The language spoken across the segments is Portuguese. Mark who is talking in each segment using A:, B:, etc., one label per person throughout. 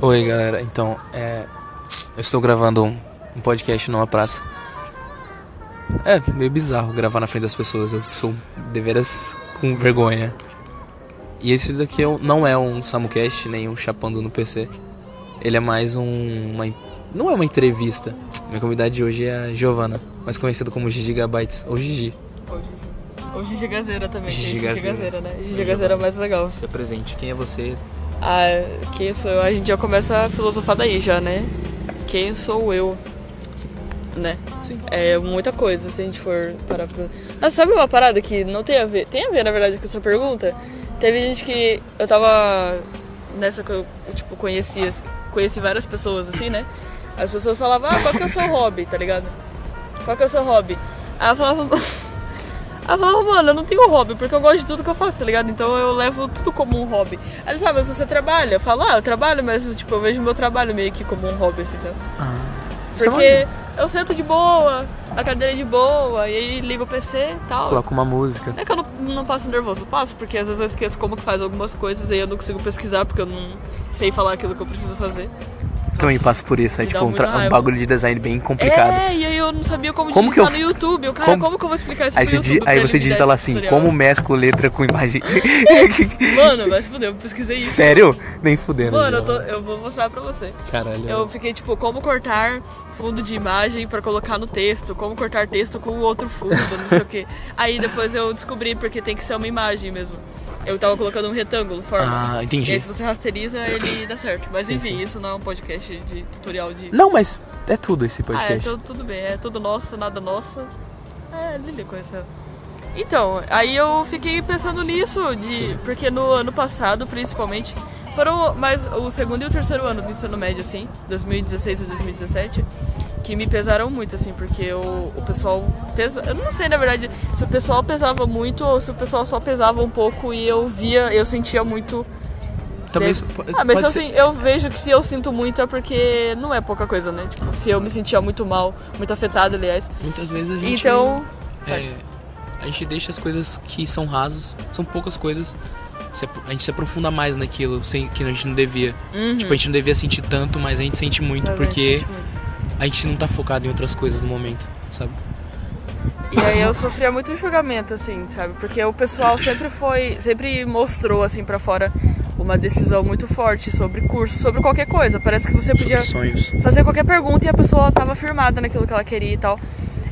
A: Oi, galera. Então, é, eu estou gravando um, um podcast numa praça. É meio bizarro gravar na frente das pessoas. Eu sou deveras com vergonha. E esse daqui é um- não é um Samucast, nem um Chapando no PC. Ele é mais um. Uma, en- não é uma entrevista. Minha convidada de hoje é a Giovana, mais conhecida como Gigi Gabytes, ou Gigi.
B: Ou Gigi- Ou Gigi Gazeira também.
A: Gigi
B: Gigi, Gigi
A: Gazeira.
B: Gazeira. né? Gigi Gazeira é mais legal.
A: Se apresente, quem é você?
B: Ah, quem sou eu? A gente já começa a filosofar daí já, né? Quem sou eu?
A: Sim.
B: Né?
A: Sim.
B: É muita coisa, se a gente for parar pra... Ah, sabe uma parada que não tem a ver... Tem a ver, na verdade, com essa pergunta? Teve gente que... Eu tava nessa que eu, tipo, conhecia... Conheci várias pessoas, assim, né? As pessoas falavam, ah, qual que é o seu hobby, tá ligado? Qual que é o seu hobby? Aí eu falava... Aí eu falava, mano, eu não tenho hobby, porque eu gosto de tudo que eu faço, tá ligado? Então eu levo tudo como um hobby. Aí eles falam, mas você trabalha? Eu falo, ah, eu trabalho, mas, tipo, eu vejo meu trabalho meio que como um hobby, assim, sabe?
A: é
B: Porque eu sento de boa, a cadeira é de boa, e aí ligo o PC e tal.
A: Coloca uma música.
B: Não é que eu não, não passo nervoso, eu passo, porque às vezes eu esqueço como que faz algumas coisas e eu não consigo pesquisar, porque eu não sei falar aquilo que eu preciso fazer.
A: Também passo por isso. É
B: Me
A: tipo
B: dá
A: um,
B: muita
A: tra- um
B: raiva.
A: bagulho de design bem complicado.
B: É, e aí eu não sabia como,
A: Como que
B: digitar
A: eu-
B: no YouTube. Eu, cara,
A: como-
B: como... que eu vou explicar isso
A: Aí você,
B: pro Tipo, YouTube
A: di-
B: pra
A: aí
B: ele
A: você
B: me dar
A: digita lá
B: esse
A: assim,
B: tutorial?
A: como mesclo letra com imagem.
B: Mano, vai se fuder, eu pesquisei isso.
A: Sério? Nem fudendo.
B: Mano, eu,
A: João.
B: tô- eu vou mostrar pra você.
A: Caralho.
B: Eu fiquei tipo, como cortar fundo de imagem pra colocar no texto, como cortar texto com o outro fundo, não sei o quê. Aí depois eu descobri porque tem que ser uma imagem mesmo. Eu tava colocando um retângulo, forma.
A: Ah,
B: e
A: entendi.
B: aí se você rasteriza, ele dá certo. Mas enfim, isso não é um podcast de tutorial de.
A: Não, mas é tudo esse
B: Ah, é
A: podcast.
B: tudo, tudo bem, é tudo nosso, nada nosso. É, Lili com essa. Então, aí eu fiquei pensando nisso, de,
A: Sim.
B: porque no ano passado, principalmente, foram mais o segundo e o terceiro ano do ensino médio, assim, 2016 e 2017, que me pesaram muito, assim, porque eu, o pessoal pesa. Eu não sei, na verdade, se o pessoal pesava muito ou se o pessoal só pesava um pouco e eu via, eu sentia muito.
A: Talvez-
B: dele.
A: pode-
B: Ah, mas
A: pode
B: eu,
A: ser-
B: sim- eu vejo que se eu sinto muito é porque não é pouca coisa, né? Tipo, se eu me sentia muito mal, muito afetada, aliás.
A: Muitas vezes a gente.
B: assim, Então,
A: é, a gente deixa as coisas que são rasas, são poucas coisas. se apro- A gente se aprofunda mais naquilo sem, que a gente não devia.
B: Uhum.
A: Tipo, a gente não devia sentir tanto, mas a gente sente muito,
B: mas eu
A: porque
B: sinto muito.
A: a gente não tá focado em outras coisas no momento, sabe?
B: E aí eu sofria muito julgamento, assim, sabe? Porque o pessoal sempre foi, sempre mostrou, assim, pra fora uma decisão muito forte sobre curso, sobre qualquer coisa. Parece que você podia
A: Sobre sonhos.
B: fazer qualquer pergunta e a pessoa tava firmada naquilo que ela queria e tal.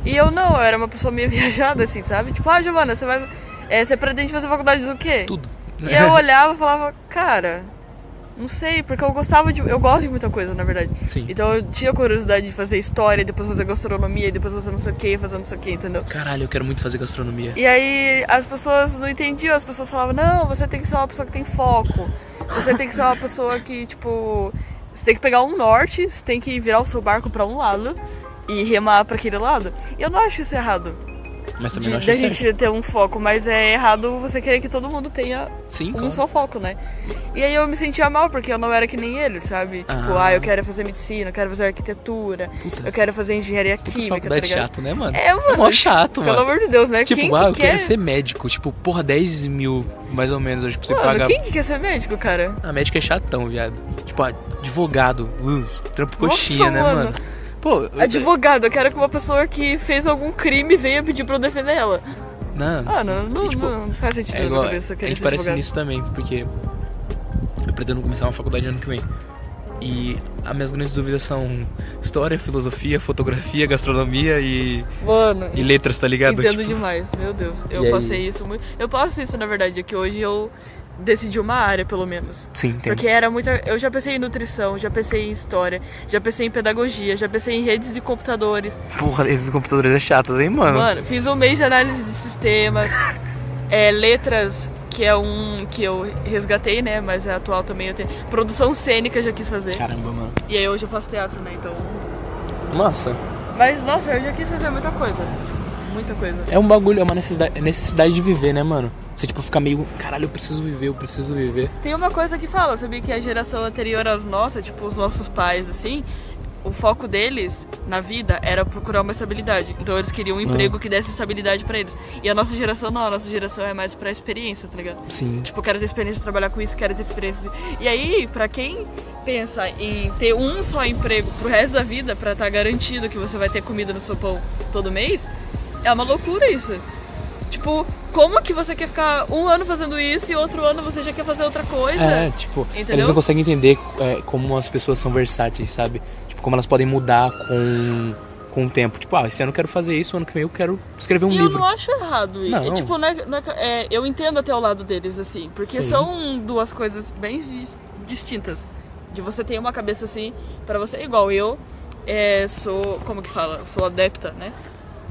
B: E eu não, eu era uma pessoa meio viajada, assim, sabe? Tipo, ah, Giovana, você vai. é, você pretende fazer faculdade do quê?
A: Tudo.
B: E eu olhava e falava, cara, não sei, porque eu gostava de. Eu gosto de muita coisa, na verdade.
A: Sim.
B: Então eu tinha curiosidade de fazer história, depois fazer gastronomia, depois fazer não sei o que, fazer não sei o que, entendeu?
A: Caralho, eu quero muito fazer gastronomia.
B: E aí as pessoas não entendiam, as pessoas falavam, não, você tem que ser uma pessoa que tem foco. Você tem que ser uma pessoa que, tipo, você tem que pegar um norte, você tem que virar o seu barco pra um lado e remar pra aquele lado. E eu não acho isso errado.
A: Mas também
B: de-
A: não acho
B: da
A: certo.
B: gente ter um foco, mas é errado você querer que todo mundo tenha
A: Sim,
B: um
A: claro.
B: só foco, né? E aí eu me sentia mal porque eu não era que nem ele, sabe? Tipo,
A: Ah.
B: ah, eu quero fazer medicina, eu quero fazer arquitetura,
A: Putas-
B: eu quero fazer engenharia
A: Putas
B: química, tá
A: faculdade
B: ligado?
A: chato, né, mano?
B: É, mano.
A: mó chato,
B: pelo
A: mano.
B: amor de Deus, né?
A: Tipo,
B: quem
A: ah,
B: que
A: eu
B: quer...
A: quero ser médico. Tipo, porra, 10 mil, mais ou menos, hoje, pra você
B: Mano,
A: pagar.
B: quem que quer ser médico, cara?
A: Ah, médico é chatão, viado. Tipo, ah, advogado. Uh, trampo
B: Nossa,
A: coxinha, né, mano?
B: mano.
A: Pô, eu-
B: Advogado, eu quero que uma pessoa que fez algum crime venha pedir pra eu defender ela.
A: Não,
B: Ah, não, não,
A: E, tipo,
B: não faz sentido
A: é
B: na
A: igual.
B: minha
A: A
B: cabeça querer
A: gente
B: ser
A: parece
B: advogado.
A: nisso também, porque eu pretendo começar uma faculdade ano que vem. E as minhas grandes dúvidas são história, filosofia, fotografia, gastronomia e,
B: Mano,
A: e letras, tá ligado?
B: entendo
A: Tipo,
B: demais, meu Deus.
A: E
B: Eu
A: aí?
B: passei isso muito. Eu passo isso, na verdade, é que hoje eu decidi uma área, pelo menos.
A: Sim, entendo.
B: Porque era muita. Eu já pensei em nutrição, já pensei em história, já pensei em pedagogia, já pensei em redes de computadores.
A: Porra, esses computadores é chatos, hein, mano?
B: Mano, fiz um mês de análise de sistemas, é, letras, que é um que eu resgatei, né? Mas é atual também. Eu tenho. Produção cênica eu já quis fazer.
A: Caramba, mano.
B: E aí hoje eu faço teatro, né? Então.
A: Nossa,
B: Mas nossa, eu já quis fazer muita coisa. Muita coisa.
A: é um bagulho, é uma necessidade, é necessidade de viver, né, mano? Você, tipo, fica meio, caralho, eu preciso viver, eu preciso viver.
B: Tem uma coisa que fala, sabia que a geração anterior às nossas, tipo os nossos pais, assim, o foco deles na vida era procurar uma estabilidade. Então eles queriam um emprego que desse estabilidade pra eles. E a nossa geração não, a nossa geração é mais pra experiência, tá ligado?
A: Sim.
B: Tipo, quero ter experiência de trabalhar com isso, quero ter experiência. De... E aí, pra quem pensa em ter um só emprego pro resto da vida, pra estar garantido que você vai ter comida no seu pão todo mês, é uma loucura isso. Tipo, como que você quer ficar um ano fazendo isso e outro ano você já quer fazer outra coisa?
A: É, tipo,
B: Entendeu?
A: eles não conseguem entender é, como as pessoas são versáteis, sabe? Tipo, como elas podem mudar com, com o tempo. Tipo, ah, esse ano eu quero fazer isso, ano que vem eu quero escrever um
B: e eu
A: livro.
B: não acho errado. E,
A: Não.
B: e, tipo, né, né, é, eu entendo até o lado deles, assim. Porque
A: Sim.
B: são duas coisas bem dis- distintas. De você ter uma cabeça assim, pra você. Igual eu, é, sou. Como que fala? Sou adepta, né?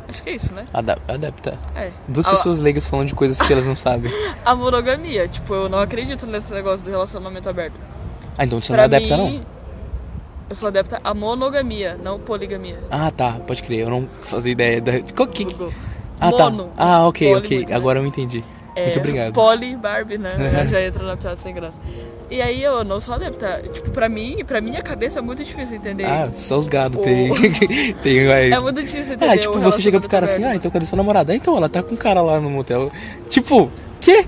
B: Acho que é isso, né?
A: Ada- adapta.
B: É.
A: Duas
B: Ah,
A: pessoas leigas falando de coisas que elas não sabem.
B: A monogamia. Tipo, eu não acredito nesse negócio do relacionamento aberto.
A: Ah, então você
B: Pra
A: não é adepta,
B: mim,
A: não?
B: Eu sou adepta à monogamia, não poligamia.
A: Ah, tá, pode crer. Eu não fazia ideia da. Qual que.
B: Google.
A: Ah, tá.
B: Mono.
A: Ah, ok,
B: Poli,
A: ok.
B: muito, né?
A: Agora eu entendi.
B: É,
A: Muito obrigado.
B: Polly Barbie, né? Ela já entra na piada sem graça. E aí eu não sou adepta. Tipo, pra mim, pra minha cabeça é muito difícil entender.
A: Ah, só os gados
B: O-
A: tem. tem vai...
B: é muito difícil entender.
A: Ah, tipo,
B: o
A: você chega pro cara assim, ah,
B: relacionamento
A: então cadê sua namorada? Ah, então ela tá com um cara lá no motel. Tipo, quê?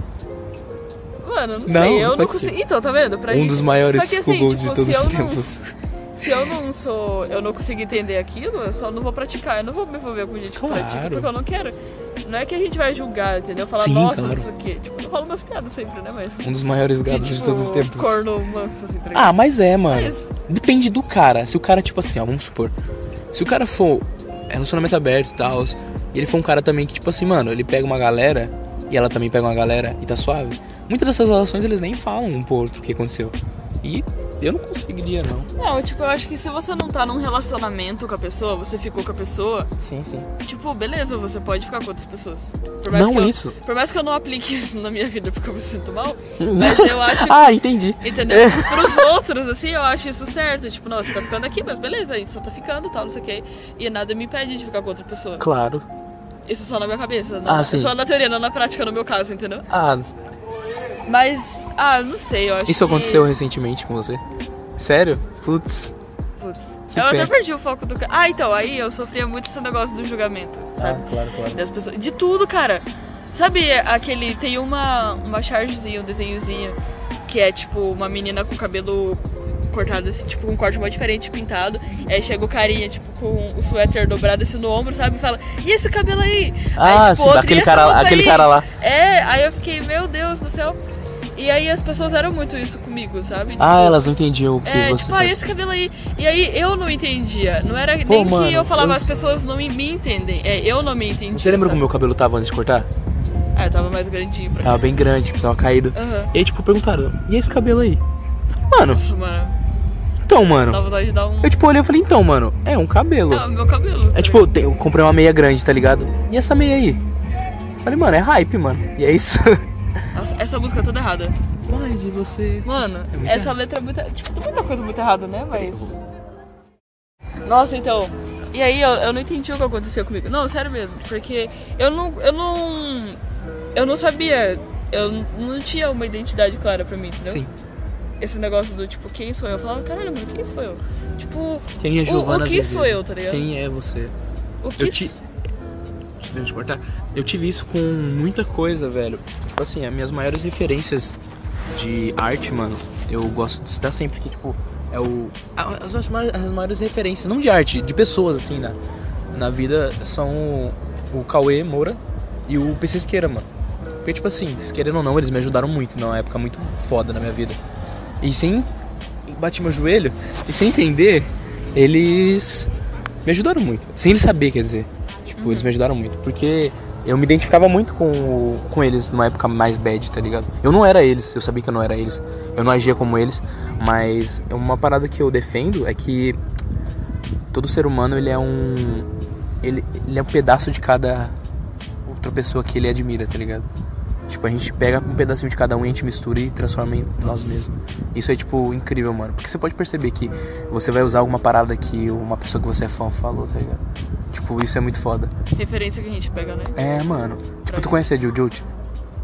B: aberto. Mano, não,
A: assim, ah, Não,
B: sei, eu
A: não
B: não
A: faz
B: consigo. Então, tá vendo? Pra
A: um
B: gente-
A: dos maiores
B: Só que, assim,
A: Google
B: tipo,
A: de todos
B: se
A: os
B: eu não-
A: tempos.
B: Se eu não sou. Eu não consigo entender aquilo, eu só não vou praticar. Eu não vou me envolver com gente
A: Claro.
B: que pratica, porque eu não quero. Não é que a gente vai julgar, entendeu? Falar,
A: Sim,
B: nossa,
A: claro.
B: isso aqui. Tipo, eu falo umas piadas sempre, né? Mas.
A: Um dos maiores
B: de,
A: gados de,
B: tipo,
A: todos os tempos.
B: Corno manso, assim, tá ligado?
A: Ah, mas é, mano.
B: Mas-
A: Depende do cara. Se o cara, tipo assim, ó, vamos supor. Se o cara for é relacionamento aberto e tal, e ele for um cara também que, tipo assim, mano, ele pega uma galera e ela também pega uma galera e tá suave. Muitas dessas relações eles nem falam um pro outro o que aconteceu. E eu não conseguiria, não.
B: Não, tipo, eu acho que se você não tá num relacionamento com a pessoa, você ficou com a pessoa,
A: Sim, sim.
B: tipo, beleza, você pode ficar com outras pessoas. Por
A: Não
B: que eu-
A: isso.
B: por mais que eu não aplique isso na minha vida porque eu me sinto mal, mas eu acho.
A: Ah, entendi.
B: Entendeu? Pros outros, assim, eu acho isso certo. Tipo, não, você tá ficando aqui, mas beleza, a gente só tá ficando e tal, não sei o quê. E nada me impede de ficar com outra pessoa.
A: Claro.
B: Isso só na minha cabeça. não-
A: Ah, sim.
B: Só na teoria, não na prática, no meu caso, entendeu?
A: Ah,
B: Mas, ah, não sei, eu acho
A: isso
B: que-
A: aconteceu recentemente com você? Sério? Putz.
B: Putz.
A: Que
B: Eu até
A: pena.
B: perdi o foco do cara. Ah, então, aí eu sofria muito esse negócio do julgamento, sabe?
A: claro, claro.
B: das pessoas. De tudo, cara. Sabe aquele. Tem uma, uma chargezinha, um desenhozinho, que é tipo uma menina com o cabelo cortado, assim, tipo, um corte mó diferente, pintado.
A: Uhum.
B: Aí chega o carinha, tipo, com o suéter dobrado assim no ombro, sabe? E fala, e esse cabelo aí?
A: Ah,
B: aí,
A: sim,
B: tipo, outro,
A: aquele
B: "E essa
A: cara lá-
B: roupa
A: aquele
B: aí?"
A: cara lá.
B: É, aí eu fiquei, meu Deus do céu. E aí as pessoas eram muito isso comigo, sabe?
A: Ah,
B: Tipo,
A: elas não entendiam o que
B: é,
A: você
B: tipo, ah,
A: fez.
B: esse cabelo aí. E aí eu não entendia. Não era
A: Pô,
B: nem
A: mano,
B: que eu falava,
A: eu-
B: as pessoas não me- me entendem. É, eu não me entendi.
A: Você lembra
B: sabe?
A: como meu cabelo tava antes de cortar?
B: Ah, eu tava mais grandinho pra cá.
A: Tava bem grande, tipo, tava caído.
B: Aham.
A: E aí, tipo, perguntaram, e esse cabelo aí? Eu falei, Mano,
B: Nossa, mano.
A: então, mano.
B: Dá vontade de dar um.
A: Eu, tipo, olhei e falei, então, mano, é um cabelo.
B: Ah, meu cabelo.
A: É tipo, eu, te- eu comprei uma meia grande, tá ligado? E essa meia aí? Eu Falei, mano, é hype, mano. E é isso.
B: Nossa, essa música é toda errada.
A: Mas de você.
B: Mano,
A: É muito
B: essa letra é muito. Tipo, tem muita coisa muito errada, né? Mas. Nossa, então. E aí eu, eu não entendi o que aconteceu comigo. Não, sério mesmo. Porque eu não. Eu não. Eu não sabia. Eu não tinha uma identidade clara pra mim, entendeu?
A: Sim.
B: Esse negócio do tipo, quem sou eu? Eu falava, caralho, mano, quem sou eu? Tipo,
A: Quem é Giovana
B: o, o que
A: Azevedo?
B: sou eu, tá ligado?
A: Quem é você?
B: O que
A: Eu te. Deixa eu te cortar. Eu tive isso com muita coisa, velho. Tipo assim, as minhas maiores referências de arte, mano, eu gosto de citar sempre que, tipo, é o. a- As, as, mai- as maiores referências, não de arte, de pessoas, assim, na, na vida, são o, o Cauê Moura e o PC Siqueira, mano. Porque, tipo assim, se querendo ou não, eles me ajudaram muito, numa época muito foda na minha vida. E sem. Bati meu joelho, e sem entender, eles me ajudaram muito. Sem eles saber, quer dizer. Tipo, eles me ajudaram muito. Porque eu me identificava muito com, o- com eles numa época mais bad, tá ligado? Eu não era eles, eu sabia que eu não era eles. Eu não agia como eles. Mas uma parada que eu defendo é que todo ser humano, ele é um. Ele, ele é um pedaço de cada outra pessoa que ele admira, tá ligado? Tipo, a gente pega um pedacinho de cada um e a gente mistura e transforma em nós mesmos. Isso é, tipo, incrível, mano. Porque você pode perceber que você vai usar alguma parada que uma pessoa que você é fã falou, tá ligado? Tipo, isso é muito foda.
B: Referência que a gente pega, né?
A: É, mano. Tipo, tu conhece a Jill Jout?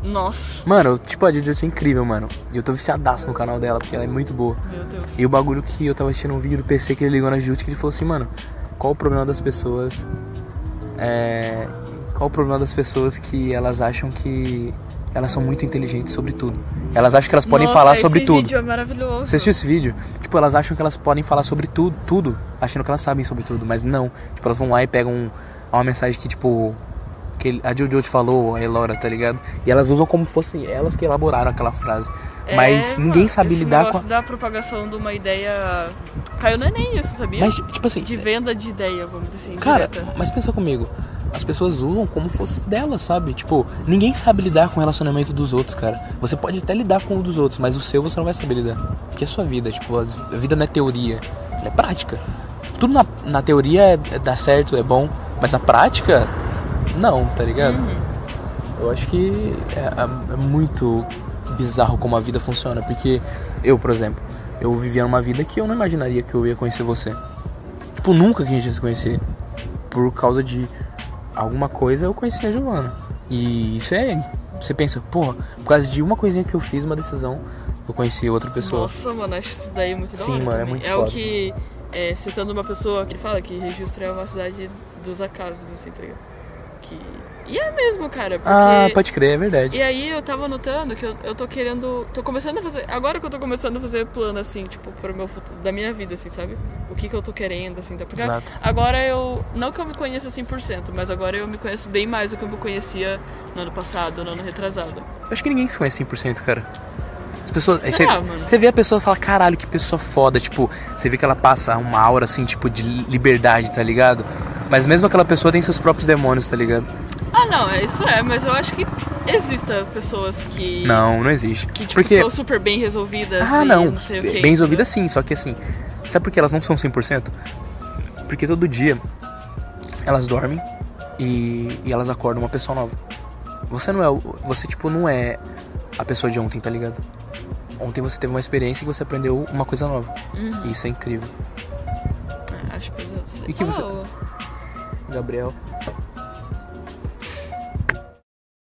B: Nossa,
A: Mano, tipo, a Jujutsu é incrível, mano. E eu tô viciadaço no canal dela, porque ela é muito boa.
B: meu Deus.
A: E o bagulho que eu tava assistindo um vídeo do PC que ele ligou na Jujutsu, que ele falou assim, mano, qual o problema das pessoas? É. Qual o problema das pessoas que elas acham que elas são muito inteligentes sobre tudo? Elas acham que elas podem
B: Nossa,
A: falar sobre
B: esse
A: tudo.
B: vídeo é maravilhoso.
A: Você assistiu esse vídeo? Tipo, elas acham que elas podem falar sobre tudo, tudo, achando que elas sabem sobre tudo, mas não. Tipo, elas vão lá e pegam uma mensagem que, tipo, que ele- a Jojo te falou, a Elora, tá ligado? E elas usam como fossem elas que elaboraram aquela frase.
B: É,
A: mas ninguém
B: mano,
A: sabe
B: esse
A: lidar com a...
B: negócio da propagação de uma ideia... Caiu no Enem isso, sabia?
A: Mas, tipo assim,
B: De venda de ideia, vamos dizer assim,
A: cara,
B: direta.
A: mas pensa comigo. As pessoas usam como fosse delas, sabe? Tipo, ninguém sabe lidar com o relacionamento dos outros, cara. Você pode até lidar com o dos outros, mas o seu você não vai saber lidar. Porque é sua vida, tipo, a vida não é teoria, ela é prática. Tudo na, na teoria é, é- dá certo, é bom, mas na prática, não, tá ligado? Eu acho que é, é- é muito bizarro como a vida funciona, porque eu, por exemplo, eu vivia numa vida que eu não imaginaria que eu ia conhecer você. Tipo, nunca que a gente ia se conhecer. Por causa de alguma coisa, eu conheci a Giovana. E isso é. Você pensa, porra, por causa de uma coisinha que eu fiz, uma decisão, eu conheci outra pessoa.
B: Nossa, mano, acho isso daí muito da
A: Sim,
B: hora
A: mano, é
B: também.
A: muito
B: É o
A: foda.
B: que, é, citando uma pessoa que ele fala que registro é uma cidade dos acasos, assim, tá ligado? Que... E é mesmo, cara, porque...
A: Ah, pode crer, é verdade.
B: E aí eu tava notando que eu, eu tô querendo. tô começando a fazer. Agora que eu tô começando a fazer plano, assim, tipo, pro meu futuro, da minha vida, assim, sabe? O que que eu tô querendo, assim, tá? Porque
A: Exato.
B: agora eu. Não que eu me conheça 100%, mas agora eu me conheço bem mais do que eu me conhecia no ano passado, no ano retrasado.
A: Eu acho que ninguém se conhece 100%, cara. As pessoas. aí
B: Será,
A: você,
B: mano?
A: você vê a pessoa e fala, caralho, que pessoa foda. Tipo, você vê que ela passa uma aura assim, tipo, de liberdade, tá ligado? Mas mesmo aquela pessoa tem seus próprios demônios, tá ligado?
B: Ah, não, é isso é, mas eu acho que exista pessoas que.
A: Não, não existe.
B: Que, tipo,
A: Porque
B: são super bem resolvidas.
A: Ah,
B: e
A: não.
B: sei o quê,
A: Bem resolvidas sim, só que assim. Sabe por que elas não são 100%? Porque todo dia elas dormem e, e elas acordam uma pessoa nova. Você não é. o- Você, tipo, não é a pessoa de ontem, tá ligado? Ontem você teve uma experiência e você aprendeu uma coisa nova. E Isso é incrível.
B: entendeu? É, Acho pesado.
A: E que você-
B: Oh,
A: Gabriel.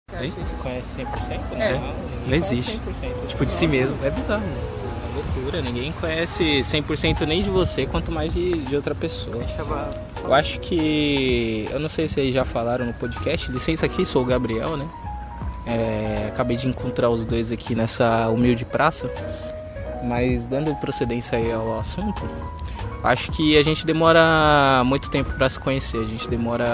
B: cara,
A: Hein?
B: achei isso-
C: Conhece 100%?
B: É.
C: né? Não, ninguém
A: Não existe.
C: conhece 100%.
A: Tipo, de si mesmo. É bizarro, né?
C: É uma loucura, ninguém conhece 100% nem de você, quanto mais de, de outra pessoa. Eu acho que. Eu não sei se vocês já falaram no podcast. Licença aqui, sou o Gabriel, né? É, acabei de encontrar os dois aqui nessa humilde praça. Mas dando procedência aí ao assunto, acho que a gente demora muito tempo pra se conhecer. A gente demora.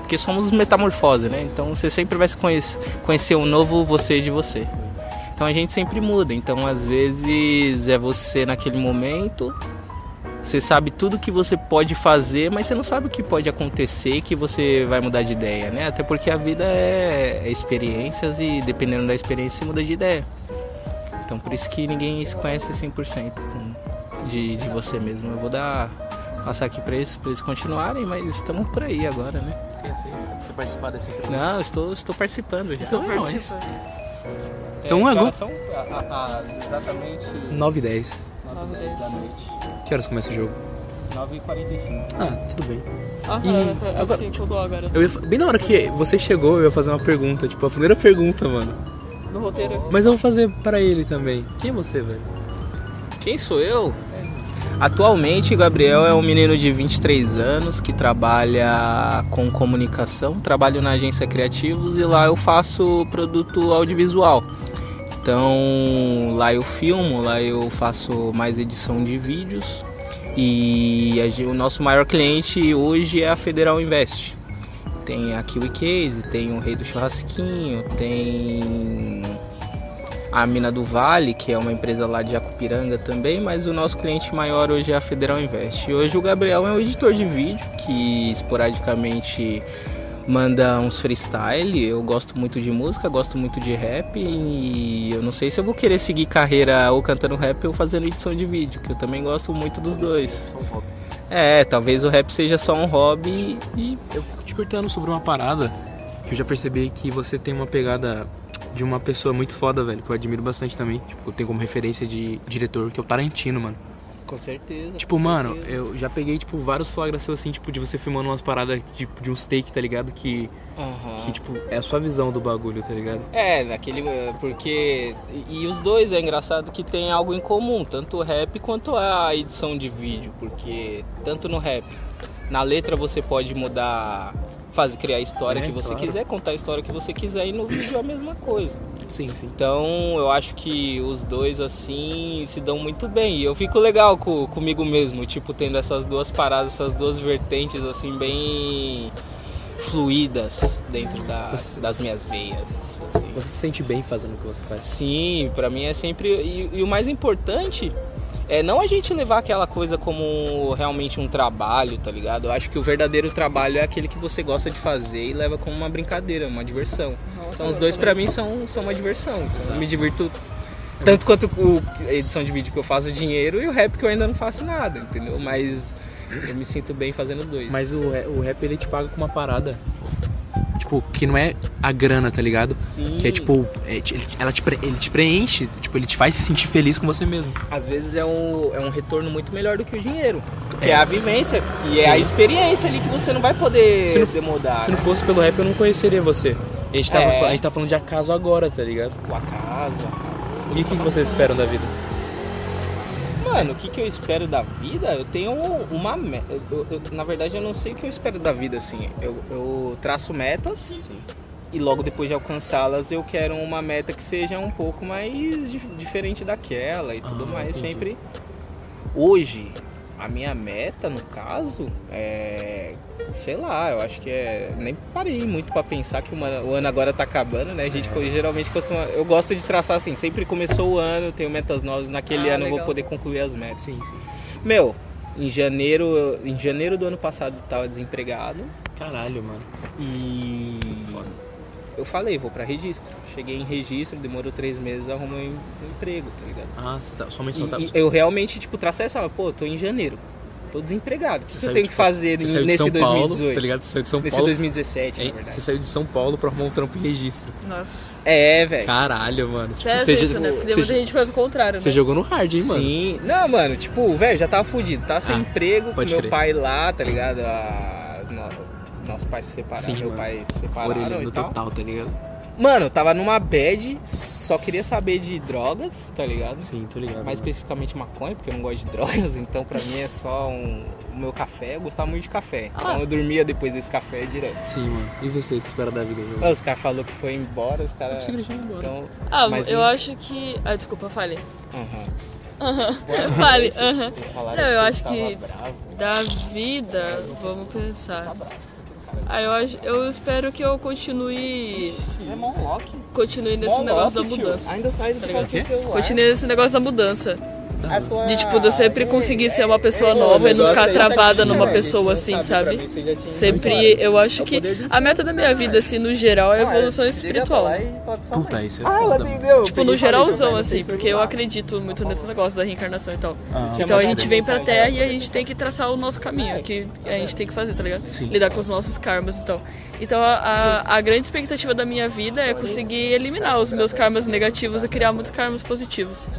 C: Porque somos metamorfose, né? Então você sempre vai se conhecer, conhecer um novo você de você. Então a gente sempre muda. Então às vezes é você naquele momento. Você sabe tudo que você pode fazer, mas você não sabe o que pode acontecer e que você vai mudar de ideia, né? Até porque a vida é é experiências e dependendo da experiência você muda de ideia. Então por isso que ninguém se conhece 100% com- de, de você mesmo. Eu vou dar passar aqui pra eles, pra eles continuarem, mas estamos por aí agora, né?
A: Sim, sim. Você participar dessa entrevista.
C: Não, eu estou, estou participando já.
B: Tô
C: Não, Ah, mas-
B: participando.
A: Então,
C: É,
A: agora-
C: são a- a- a- exatamente
A: 9 e 10.
C: 9
B: 10
C: da noite.
A: Que horas começa o jogo?
C: 9h45.
A: Ah, tudo bem.
B: Nossa,
A: E
B: nossa, eu
A: agora-
B: fiquei empolgou agora.
A: Eu ia fa- Bem na hora que você chegou, eu ia fazer uma pergunta. Tipo, a primeira pergunta, mano.
B: No roteiro.
A: Mas eu vou fazer para ele também. Quem é você, velho?
C: Quem sou eu? Atualmente, Gabriel é um menino de 23 anos que trabalha com comunicação. Trabalho na agência Criativos e lá eu faço produto audiovisual. Então, lá eu filmo, lá eu faço mais edição de vídeos. E a gen- o nosso maior cliente hoje é a Federal Invest. Tem a Kiwi Case, tem o Rei do Churrasquinho, tem a Mina do Vale, que é uma empresa lá de Jacupiranga também, mas o nosso cliente maior hoje é a Federal Invest. E hoje o Gabriel é um editor de vídeo que esporadicamente manda uns freestyle. Eu gosto muito de música, gosto muito de rap e eu não sei se eu vou querer seguir carreira ou cantando rap ou fazendo edição de vídeo, que eu também gosto muito dos dois. É, talvez o rap seja só um hobby e
A: Eu fico te cortando sobre uma parada que eu já percebi que você tem uma pegada de uma pessoa muito foda, velho, que eu admiro bastante também. Tipo, tem como referência de diretor, que é o Tarantino, mano.
C: Com certeza.
A: Tipo,
C: com
A: mano,
C: certeza.
A: eu já peguei, tipo, vários flagras seus, assim, tipo, de você filmando umas paradas, tipo, de um steak, tá ligado? Que,
C: Aham.
A: que, tipo, é a sua visão do bagulho, tá ligado?
C: É, naquele. eh, Porque. E, e os dois é engraçado que tem algo em comum, tanto o rap quanto a edição de vídeo, porque tanto no rap, na letra você pode mudar. Fazer, criar a história
A: É,
C: que você
A: claro.
C: quiser, contar a história que você quiser e no vídeo é a mesma coisa.
A: Sim, sim.
C: Então eu acho que os dois assim se dão muito bem. E eu fico legal co- comigo mesmo, tipo, tendo essas duas paradas, essas duas vertentes assim bem fluídas dentro da-
A: Você-
C: das minhas veias. assim.
A: Você se sente bem fazendo o que você faz.
C: Sim, pra mim é sempre. E, e o mais importante é não a gente levar aquela coisa como realmente um trabalho, tá ligado? Eu acho que o verdadeiro trabalho é aquele que você gosta de fazer e leva como uma brincadeira, uma diversão.
B: Nossa,
C: então os
B: agora
C: dois
B: também.
C: pra mim são, são uma diversão. Então, eu me divirto tanto quanto o- a edição de vídeo que eu faço dinheiro e o rap que eu ainda não faço nada, entendeu? Mas eu me sinto bem fazendo os dois.
A: Mas o, ra- o rap, ele te paga com uma parada, tipo, que não é a grana, tá ligado?
C: Sim.
A: Que é, tipo, é, ti- ele, ela te, pre- ele te preenche, tipo, ele te faz se sentir feliz com você mesmo.
C: às vezes é um, é um retorno muito melhor do que o dinheiro. Que é a vivência e é a experiência ali que você não vai poder
A: Se não-
C: demodar. né?
A: Se não fosse pelo rap, eu não conheceria você. A gente, tava,
C: É.
A: a gente tá falando de acaso agora, tá ligado?
C: O acaso.
A: E o que que vocês esperam da vida?
C: Mano, o que, que eu espero da vida? Eu tenho uma meta. na verdade, eu não sei o que eu espero da vida, assim. Eu, eu traço metas e logo depois de alcançá-las, eu quero uma meta que seja um pouco mais dif- diferente daquela e tudo
A: Ah,
C: mais.
A: entendi.
C: Sempre. Hoje, a minha meta, no caso, é. Sei lá, eu acho que é. Nem parei muito pra pensar que uma- o ano agora tá acabando, né? A
A: É.
C: gente co- geralmente costuma. Eu gosto de traçar assim, sempre começou o ano, eu tenho metas novas, naquele
B: Ah,
C: ano eu vou
B: legal.
C: poder concluir as metas.
A: Sim, sim.
C: Meu, em janeiro, eu- em janeiro do ano passado eu tava desempregado
A: Caralho, mano.
C: e. Eu falei, vou pra registro. Cheguei em registro, demorou três meses, arrumei um emprego, tá ligado?
A: Ah, você tá, sua mãe só tá.
C: E, e eu realmente, tipo, tracei essa, pô, tô em janeiro, tô desempregado. O que,
A: Você
C: que eu
A: saiu
C: tenho
A: de-
C: que fazer
A: Você saiu de
C: nesse
A: São Paulo,
C: 2018?
A: tá ligado? Você saiu de São
C: nesse
A: Paulo.
C: 2017,
A: hein?
C: na é verdade.
A: Você saiu de São Paulo pra arrumar um trampo e registro.
B: Nossa.
C: É, velho.
A: Caralho, mano. Tipo,
B: É
A: você,
B: isso,
A: jo-
B: né? Porque
A: você,
B: muita gente faz o contrário,
A: você
B: né?
A: jogou no hard, hein, mano?
C: Sim. Não, mano, tipo, velho, já tava fudido. Tava sem
A: Ah,
C: emprego, com
A: pode
C: meu
A: crer.
C: pai lá, tá ligado? A- no- Nossos pais se separaram,
A: Sim,
C: meu
A: mano.
C: pai se separaram
A: Orelhando
C: e tal.
A: total, tá ligado?
C: Mano, eu tava numa bad, só queria saber de drogas, tá ligado?
A: Sim, tô ligado.
C: Mais
A: mano.
C: especificamente maconha, porque eu não gosto de drogas, então pra mim é só um, o meu café. Eu gostava muito de café, então
B: Ah.
C: eu dormia depois desse café direto.
A: Sim, mano. E você, o que espera da vida, João?
C: Ah, Os caras falaram que foi embora, os caras.
A: Você acredita embora.
C: Então.
B: Ah,
C: mas
B: eu
A: um-
C: em-
B: acho que. Ah, desculpa, fale.
C: Aham.
B: Aham. fale. Aham.
C: Eles falaram
B: Não, eu
C: você
B: acho
C: tava
B: que-
C: bravo.
B: Da vida, vamos pensar. Ah, eu, acho, eu espero que eu continue.
C: Isso é Monlock.
B: Continue nesse
C: Monlock,
B: negócio da
C: tio.
B: mudança.
C: Ainda sai do
B: Tá
C: seu
B: ligado?
C: celular.
B: Continue nesse negócio da mudança.
C: Aí falou,
B: De, tipo, de eu sempre
C: "Ah,
B: conseguir
C: ei,
B: ser uma pessoa
C: ei,
B: nova e não
C: negócio
B: ficar
C: aí tá
B: travada
C: aqui,
B: numa
C: velho.
B: pessoa assim,
C: Você pra
B: sabe?
C: mim você já tinha ido
B: Sempre,
C: embora.
B: eu acho
C: É o
B: que
C: poder de
B: a meta da minha vida, assim, no geral, é a
D: Não,
B: evolução
D: liga
B: espiritual.
D: pra lá e fala de sua mãe.
A: Puta, isso é
D: Ah, ela
A: foda. mano.
D: atendeu.
B: Tipo, no geralzão, assim, porque eu acredito muito nesse negócio da reencarnação e tal.
A: Ah,
B: Então a
C: mandado
B: gente vem pra
C: mensagem
B: terra
C: pra
B: e a gente tem que traçar o nosso caminho, que a gente tem que fazer, tá ligado? Lidar com os nossos karmas e tal. Então a, a, a grande expectativa da minha vida é conseguir eliminar os meus karmas negativos e criar muitos karmas positivos.